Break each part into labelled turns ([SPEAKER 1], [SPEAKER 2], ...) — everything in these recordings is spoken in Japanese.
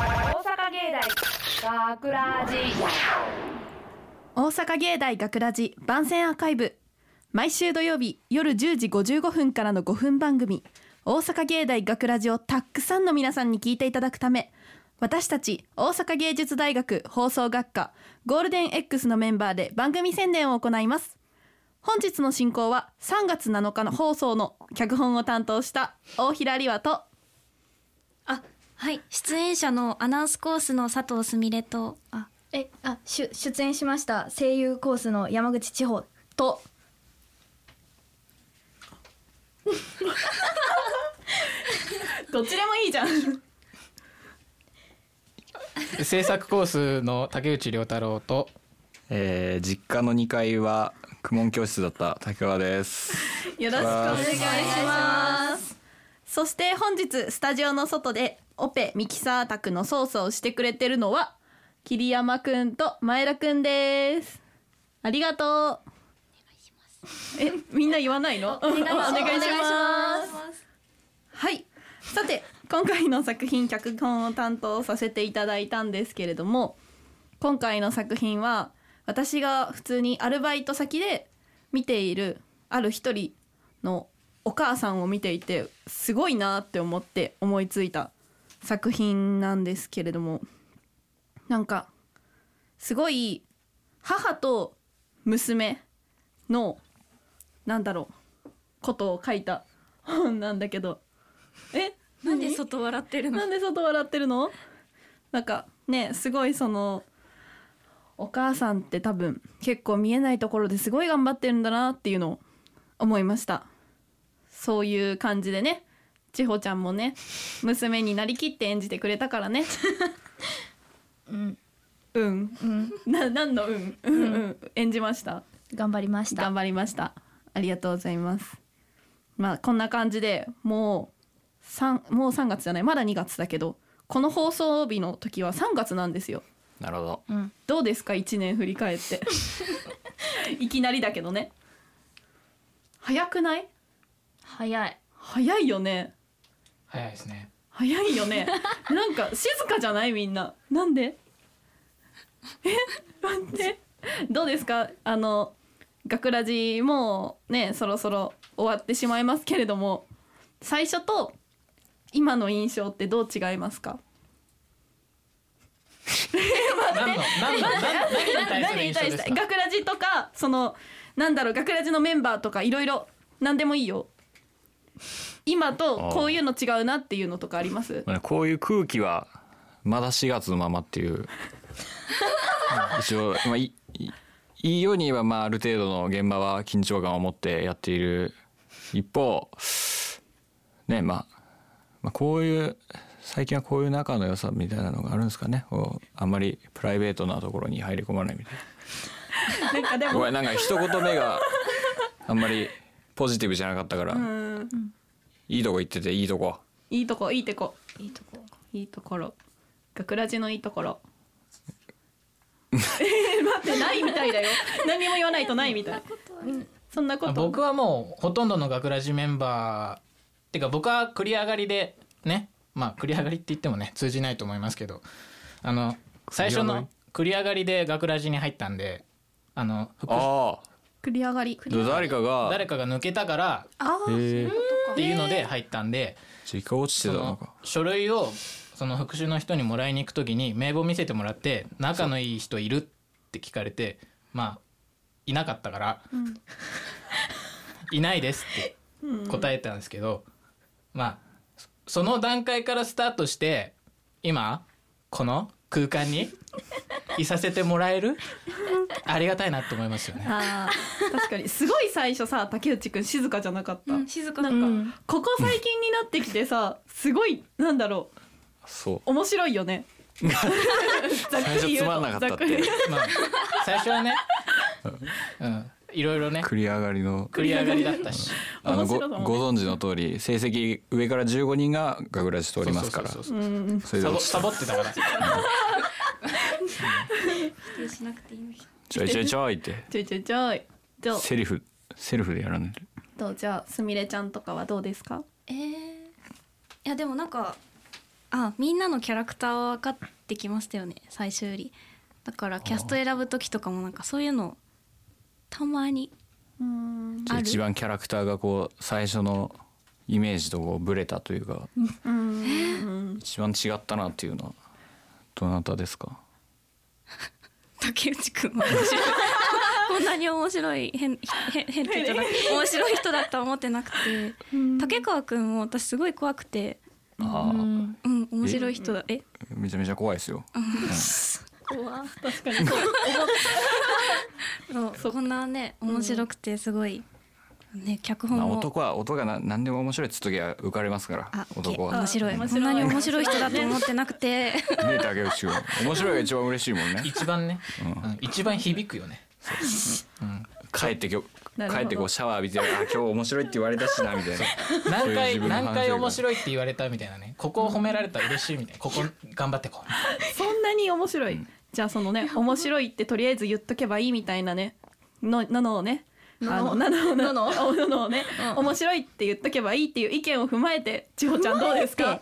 [SPEAKER 1] 阪芸大学ラジ
[SPEAKER 2] 大阪芸大学ラジ番宣アーカイブ毎週土曜日夜10時55分からの5分番組「大阪芸大学ラジをたくさんの皆さんに聞いていただくため私たち大阪芸術大学放送学科ゴールデン X のメンバーで番組宣伝を行います本日の進行は3月7日の放送の脚本を担当した大平里和と
[SPEAKER 3] あはい出演者のアナウンスコースの佐藤すみれとあ
[SPEAKER 4] えあし出演しました声優コースの山口千穂と
[SPEAKER 2] どっちでもいいじゃん
[SPEAKER 5] 制作コースの竹内涼太郎と
[SPEAKER 6] えー、実家の2階は苦悶教室だった竹川です。
[SPEAKER 2] よろしくお願いします。そして本日スタジオの外でオペミキサー宅の操作をしてくれてるのは桐山くんと前田くんです。ありがとう。え、みんな言わないの？お願いします。はい。さて今回の作品脚本を担当させていただいたんですけれども、今回の作品は私が普通にアルバイト先で見ているある一人のお母さんを見ていてすごいなって思って思いついた作品なんですけれどもなんかすごい母と娘のなんだろうことを書いた本なんだけどえ
[SPEAKER 3] なんで外笑ってるの
[SPEAKER 2] なんで外笑ってるのなんかねすごいそのお母さんって多分結構見えないところですごい頑張ってるんだなっていうのを思いましたそういう感じでね千穂ちゃんもね娘になりきって演じてくれたからね
[SPEAKER 4] うん
[SPEAKER 2] うん
[SPEAKER 4] うん
[SPEAKER 2] な何のうんうんうん演じました
[SPEAKER 4] 頑張りました
[SPEAKER 2] 頑張りましたありがとうございますまあこんな感じでもう三もう3月じゃないまだ2月だけどこの放送日の時は3月なんですよ
[SPEAKER 6] なるほど。
[SPEAKER 4] うん
[SPEAKER 2] どうですか1年振り返って いきなりだけどね早くない
[SPEAKER 4] 早い
[SPEAKER 2] 早いよね
[SPEAKER 5] 早いですね
[SPEAKER 2] 早いよ ねなんか静かじゃないみんななんでえ待ってどうですかあの学ラジもうねそろそろ終わってしまいますけれども最初と今の印象ってどう違いますか
[SPEAKER 5] 何の何の何何
[SPEAKER 2] 何
[SPEAKER 5] 何に
[SPEAKER 2] に対
[SPEAKER 5] 対
[SPEAKER 2] し
[SPEAKER 5] する印象です
[SPEAKER 2] て
[SPEAKER 5] か
[SPEAKER 2] 学ラジとかそのなんだろう学ラジのメンバーとかいろいろ何でもいいよ今とこういうの違うなっていうのとかあります
[SPEAKER 6] まあねこういう空気はまだ4月のままっていううん一応、まあ、いいいいように言えば、まあ、ある程度の現場は緊張感を持ってやっている一方ねまあ、まあこういう最近はこういう仲の良さみたいなのがあるんですかねこうあんまりプライベートなところに入り込まないみた
[SPEAKER 2] な
[SPEAKER 6] い
[SPEAKER 2] んかで
[SPEAKER 6] な
[SPEAKER 2] も
[SPEAKER 6] ごめんなんか一言目があんまりポジティブじゃなかったから、
[SPEAKER 2] うん
[SPEAKER 6] いいとこ行ってていいとこ
[SPEAKER 2] いいとこいいとこ
[SPEAKER 4] いいとこ
[SPEAKER 2] いいところ学ラジのいいとこ ろえー待ってないみたいだよ何も言わないとないみたいそんなこと
[SPEAKER 5] 僕はもうほとんどの学ラジメンバーってか僕は繰り上がりでねまあ繰り上がりって言ってもね通じないと思いますけどあの最初の繰り上がりで学ラジに入ったんであの副
[SPEAKER 6] あ
[SPEAKER 2] 繰り上がり
[SPEAKER 6] あ誰かが
[SPEAKER 5] 誰かが抜けたから
[SPEAKER 2] あー
[SPEAKER 6] え
[SPEAKER 5] っていうので入ったんで
[SPEAKER 6] 実家落ちて
[SPEAKER 5] そ
[SPEAKER 6] たの
[SPEAKER 5] の
[SPEAKER 6] か
[SPEAKER 5] 書類をその復習の人にもらいに行くときに名簿見せてもらって仲のいい人いるって聞かれてまあいなかったから、いないですって答えたんですけど、まあそその段階からスタートして今この空間にいさせてもらえるありがたいなと思いますよね。
[SPEAKER 2] あー確かにすごい最初さ竹内くん静かじゃなかった、
[SPEAKER 3] 静か
[SPEAKER 2] なんか、
[SPEAKER 4] うん
[SPEAKER 2] ここ最近になってきてさすごいなんだろ
[SPEAKER 6] そう
[SPEAKER 2] 面白いよねざっくり言うと
[SPEAKER 6] 最初つまんなかったって
[SPEAKER 2] ざくり言う
[SPEAKER 5] まあ、最初はね、うん、いろいろね
[SPEAKER 6] 繰り上がり の
[SPEAKER 5] 繰り上がりだったし。
[SPEAKER 6] あの
[SPEAKER 2] 面
[SPEAKER 6] ご
[SPEAKER 2] 白いかもね
[SPEAKER 6] ご存知の通り成績上から15人が学ラジ通りますから
[SPEAKER 5] そうそうそ
[SPEAKER 6] そ
[SPEAKER 5] うそう
[SPEAKER 2] うん
[SPEAKER 6] れで
[SPEAKER 5] サボ
[SPEAKER 6] 落ち
[SPEAKER 5] サ
[SPEAKER 6] た
[SPEAKER 5] ボってたから
[SPEAKER 3] しなくていいの
[SPEAKER 6] ちょいちょいちょいって
[SPEAKER 2] ちょいちょいちょいじゃあ
[SPEAKER 6] セリフセルフでやらない
[SPEAKER 2] どうじゃあすみれちゃんとかはどうですか
[SPEAKER 3] えーいやでもなんかあみんなのキャラクターは分かっってきましたよね最初よりだからキャスト選ぶ時とかもなんかそういうのたまに
[SPEAKER 2] うん
[SPEAKER 6] じゃあ
[SPEAKER 3] ある
[SPEAKER 6] 一番キャラクターがこう最初のイメージとこうブレたというか
[SPEAKER 2] うん
[SPEAKER 6] 一番違ったなっていうのはどなたですか
[SPEAKER 3] 竹内くん は面白いこんなに面白い変変変って言ったら 面白い人だとは思ってなくて竹川くんも私すごい怖くて
[SPEAKER 6] ああ
[SPEAKER 3] うん面白い人だえ
[SPEAKER 6] めちゃめちゃ怖いですよ
[SPEAKER 3] 怖確かにそうこんなね面白くてすごいね脚本
[SPEAKER 6] まあ
[SPEAKER 3] も
[SPEAKER 6] 男は音がな何でも面白いっつっときは浮かれますから
[SPEAKER 3] あ、オッケー
[SPEAKER 6] 男は
[SPEAKER 3] 面白い。
[SPEAKER 2] 面白い
[SPEAKER 3] こんなに面白い人だと思ってなくて。
[SPEAKER 6] ねえ竹内君面白いが一番嬉しいもん ね
[SPEAKER 5] 一番ね、
[SPEAKER 6] うん
[SPEAKER 5] うん一番響くよね、うん
[SPEAKER 6] 帰ってきょ
[SPEAKER 2] なるほど
[SPEAKER 6] 帰ってこうシャワー浴びてあ今日面白いって言われたしなみたいなそう
[SPEAKER 5] 何
[SPEAKER 6] いう
[SPEAKER 5] 回
[SPEAKER 6] 自分の反省
[SPEAKER 5] 何回
[SPEAKER 6] が
[SPEAKER 5] 面白いって言われたみたいなねここを褒められたら嬉しいみたいなここ頑張ってこう
[SPEAKER 2] そんなに面白い、じゃあそのね面白いってとりあえず言っとけばいいみたいなねのなのをねあのなのなのなのをね、面白いって言っとけばいいっていう意見を踏まえて千穂ちゃんどうですか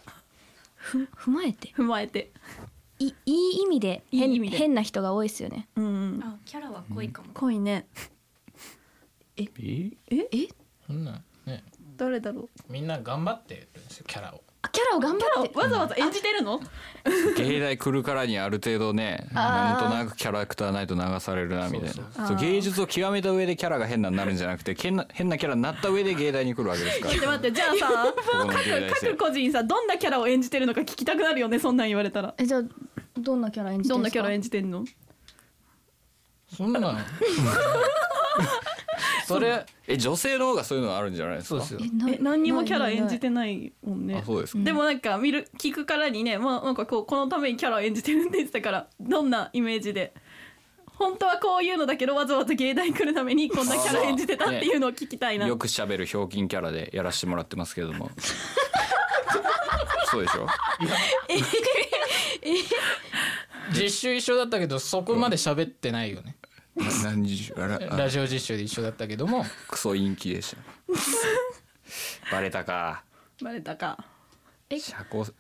[SPEAKER 4] ふ踏まえて
[SPEAKER 2] 踏まえて
[SPEAKER 4] いいい意味で変
[SPEAKER 2] いい意味で
[SPEAKER 4] 変な人が多いですよね
[SPEAKER 2] うんうん
[SPEAKER 3] あ、キャラは濃いかも。
[SPEAKER 2] 濃いね
[SPEAKER 6] え
[SPEAKER 2] ええ
[SPEAKER 5] そんなんね
[SPEAKER 2] 誰だろ
[SPEAKER 5] みんな頑張ってるんですよキャラを
[SPEAKER 4] あキャラを頑張って
[SPEAKER 2] うわざわざ演じてるの
[SPEAKER 6] 芸大来るからにある程度ねなんとなくキャラクターないと流されるなみたいな
[SPEAKER 5] そう
[SPEAKER 6] そう芸術を極めた上でキャラが変なになるんじゃなくて変な変なキャラになった上で芸大に来るわけです から
[SPEAKER 2] 待って待ってじゃあさ
[SPEAKER 6] ここの芸大生
[SPEAKER 2] 各個人さどんなキャラを演じてるのか聞きたくなるよねそんなん言われたら
[SPEAKER 4] えじゃあどんなキャラ演じて
[SPEAKER 2] ど
[SPEAKER 4] るん
[SPEAKER 2] ん
[SPEAKER 4] です
[SPEAKER 2] なキ
[SPEAKER 4] か
[SPEAKER 2] ャラ演じてんの
[SPEAKER 5] そんなの それ
[SPEAKER 6] え女性の方がそういうのあるんじゃないです
[SPEAKER 5] そう
[SPEAKER 6] か
[SPEAKER 5] ですよ
[SPEAKER 4] な
[SPEAKER 2] え何にもキャラ演じてないもんね
[SPEAKER 6] あそうですか、
[SPEAKER 2] でもなんか見る聞くからにね、まあ、なんかこうこのためにキャラ演じてるんで言ってたからどんなイメージで本当はこういうのだけどわざわざ芸大来るためにこんなキャラ演じてたっていうのを聞きたいな、
[SPEAKER 6] よくしゃべるひょうきんキャラでやらせてもらってますけれどもそうでしょ
[SPEAKER 5] 実習一緒だったけどそこまで喋ってないよね
[SPEAKER 6] な何時あらあ
[SPEAKER 5] ラジオ実習で一緒だったけども
[SPEAKER 6] クソ陰気でしたバレたか
[SPEAKER 2] バレたか
[SPEAKER 6] 社交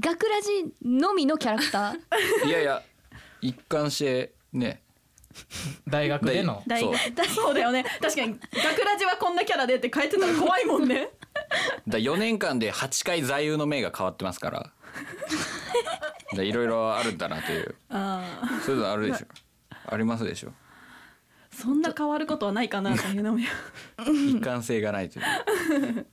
[SPEAKER 4] 学ラジのみのキャラクター
[SPEAKER 6] いやいや一貫してね
[SPEAKER 5] 大学での
[SPEAKER 2] 大
[SPEAKER 6] そう
[SPEAKER 2] そうだよね確かに「学ラジはこんなキャラで」って書いてたら怖いもんね
[SPEAKER 6] だ4年間で8回座右の銘が変わってますからだいろいろあるんだなという
[SPEAKER 2] あ
[SPEAKER 6] そういうのあるでしょありますでしょ
[SPEAKER 2] ー そんな変わることはないかなというのも
[SPEAKER 6] 一貫性がないという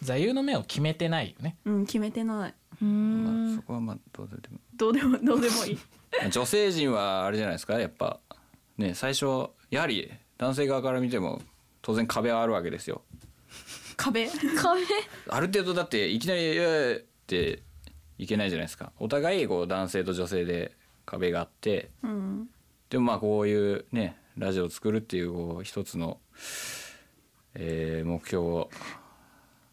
[SPEAKER 5] 座右の銘を決めてないよね
[SPEAKER 2] うん決めてないう
[SPEAKER 4] ーん
[SPEAKER 6] まあそこはまあどうでも
[SPEAKER 2] どうでもどうでもいい
[SPEAKER 6] 女性陣はあれじゃないですかやっぱね最初やはり男性側から見ても当然壁はあるわけですよ
[SPEAKER 2] 壁
[SPEAKER 4] 壁
[SPEAKER 6] ある程度だっていきなり「えーっていけないじゃないですかお互いこう男性と女性で壁があって
[SPEAKER 2] うん
[SPEAKER 6] でもまあこういうねラジオを作るっていうこう一つの、えー目標を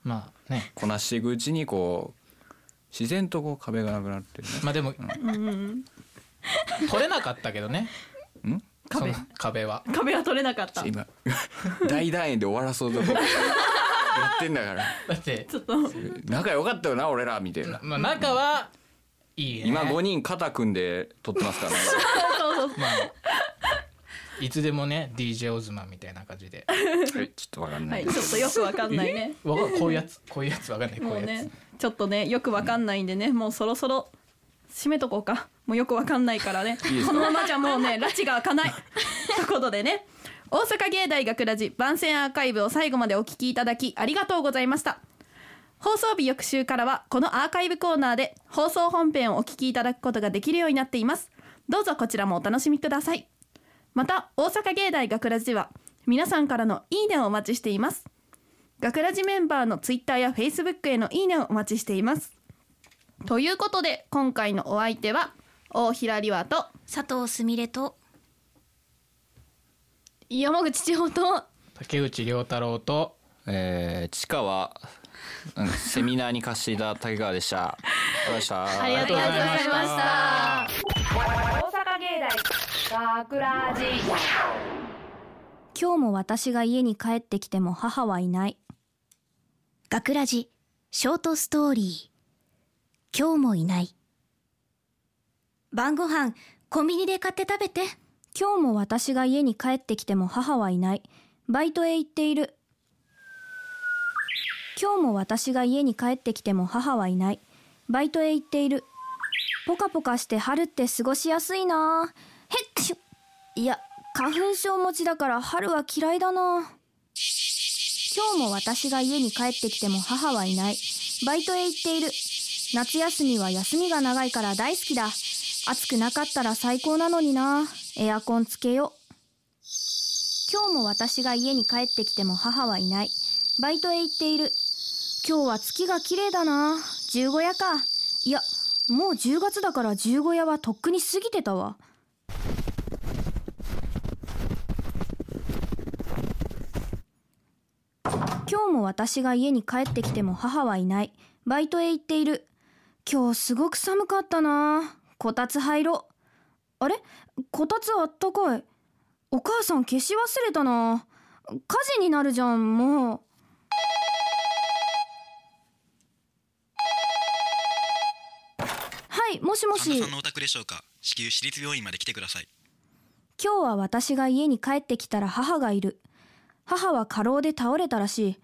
[SPEAKER 5] まあね
[SPEAKER 6] こなしていくうちにこう自然とこう壁がなくなってる、
[SPEAKER 5] まあでも
[SPEAKER 2] うん
[SPEAKER 5] 取れなかったけどね
[SPEAKER 6] ん
[SPEAKER 2] 壁
[SPEAKER 5] その壁は
[SPEAKER 2] 壁は取れなかった
[SPEAKER 6] 今 大団円で終わらそうとこやってんだから
[SPEAKER 5] だって
[SPEAKER 2] ちょっと
[SPEAKER 6] 仲良かったよな俺らみたいな
[SPEAKER 5] まあ中はいいね
[SPEAKER 6] 今5人肩組んで撮ってますからね
[SPEAKER 5] まあいつでもね DJ オズマンみたいな感じで
[SPEAKER 6] はいちょっとわかん
[SPEAKER 2] は
[SPEAKER 6] ない
[SPEAKER 2] い、
[SPEAKER 6] で
[SPEAKER 2] ちょっとよくわかんないね。
[SPEAKER 5] わかこういうやつこういうやつわかんないこう
[SPEAKER 2] もう
[SPEAKER 5] いうやつ
[SPEAKER 2] ね、ちょっとね、よくわかんないんでね、もうそろそろ。締めとこうか、もうよくわかんないからね、
[SPEAKER 6] いです
[SPEAKER 2] こ
[SPEAKER 6] か
[SPEAKER 2] のままじゃもうね、拉致が開かない。ということでね。大阪芸大学ラジ番宣アーカイブを最後までお聞きいただきありがとうございました放送日翌週からはこのアーカイブコーナーで放送本編をお聞きいただくことができるようになっていますどうぞこちらもお楽しみくださいまた大阪芸大学ラジは皆さんからのいいねをお待ちしています学ラジメンバーのツイッターやフェイスブックへのいいねをお待ちしていますということで今回のお相手は大平里和と
[SPEAKER 3] 佐藤すみれと。
[SPEAKER 4] 山口千穂と
[SPEAKER 5] 竹内涼太郎と
[SPEAKER 6] えー、地下はなんかセミナーに貸していた竹川でしたありがとうございました
[SPEAKER 4] ありがとうございました
[SPEAKER 1] 大阪芸大学ラジ
[SPEAKER 7] 今日も私が家に帰ってきても母はいない
[SPEAKER 8] 学ラジショートストーリー今日もいない
[SPEAKER 7] 晩ご飯コンビニで買って食べて今日も私が家に帰ってきても母はいないバイトへ行っている今日も私が家に帰ってきても母はいないバイトへ行っているポカポカして春って過ごしやすいなへっくしょいや花粉症持ちだから春は嫌いだな今日も私が家に帰ってきても母はいないバイトへ行っている夏休みは休みが長いから大好きだ暑くなかったら最高なのになエアコンつけよう今日も私が家に帰ってきても母はいないバイトへ行っている今日は月が綺麗だな十五夜かいやもう10月だから十五夜はとっくに過ぎてたわ今日も私が家に帰ってきても母はいないバイトへ行っている今日すごく寒かったなこたつ入ろうあれこたつあったかいお母さん消し忘れたな火事になるじゃんもうはいもしも
[SPEAKER 8] 患
[SPEAKER 7] し
[SPEAKER 8] 者さんのお宅でしょうか至急私立病院まで来てください
[SPEAKER 7] 今日は私が家に帰ってきたら母がいる母は過労で倒れたらしい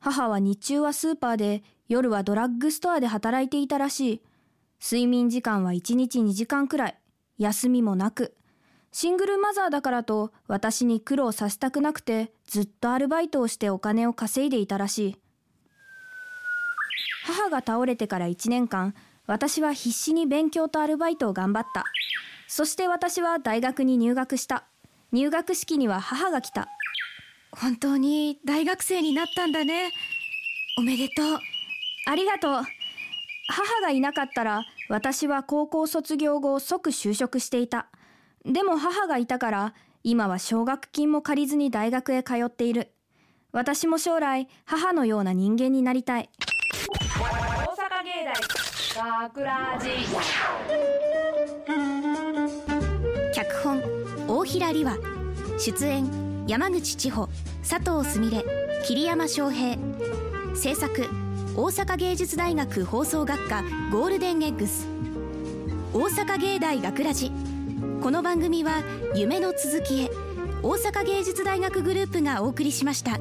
[SPEAKER 7] 母は日中はスーパーで夜はドラッグストアで働いていたらしい睡眠時間は1日2時間くらい休みもなくシングルマザーだからと私に苦労させたくなくてずっとアルバイトをしてお金を稼いでいたらしい母が倒れてから1年間私は必死に勉強とアルバイトを頑張ったそして私は大学に入学した入学式には母が来た
[SPEAKER 9] 本当に大学生になったんだねおめでとう
[SPEAKER 7] ありがとう母がいなかったら私は高校卒業後即就職していたでも母がいたから今は奨学金も借りずに大学へ通っている私も将来母のような人間になりたい
[SPEAKER 1] 大阪芸大学ラジ
[SPEAKER 9] 脚本大平里和出演山口千穂佐藤すみれ桐山翔平制作大阪芸術大学放送学科ゴールデンエッグス大阪芸大学ラジこの番組は夢の続きへ大阪芸術大学グループがお送りしました。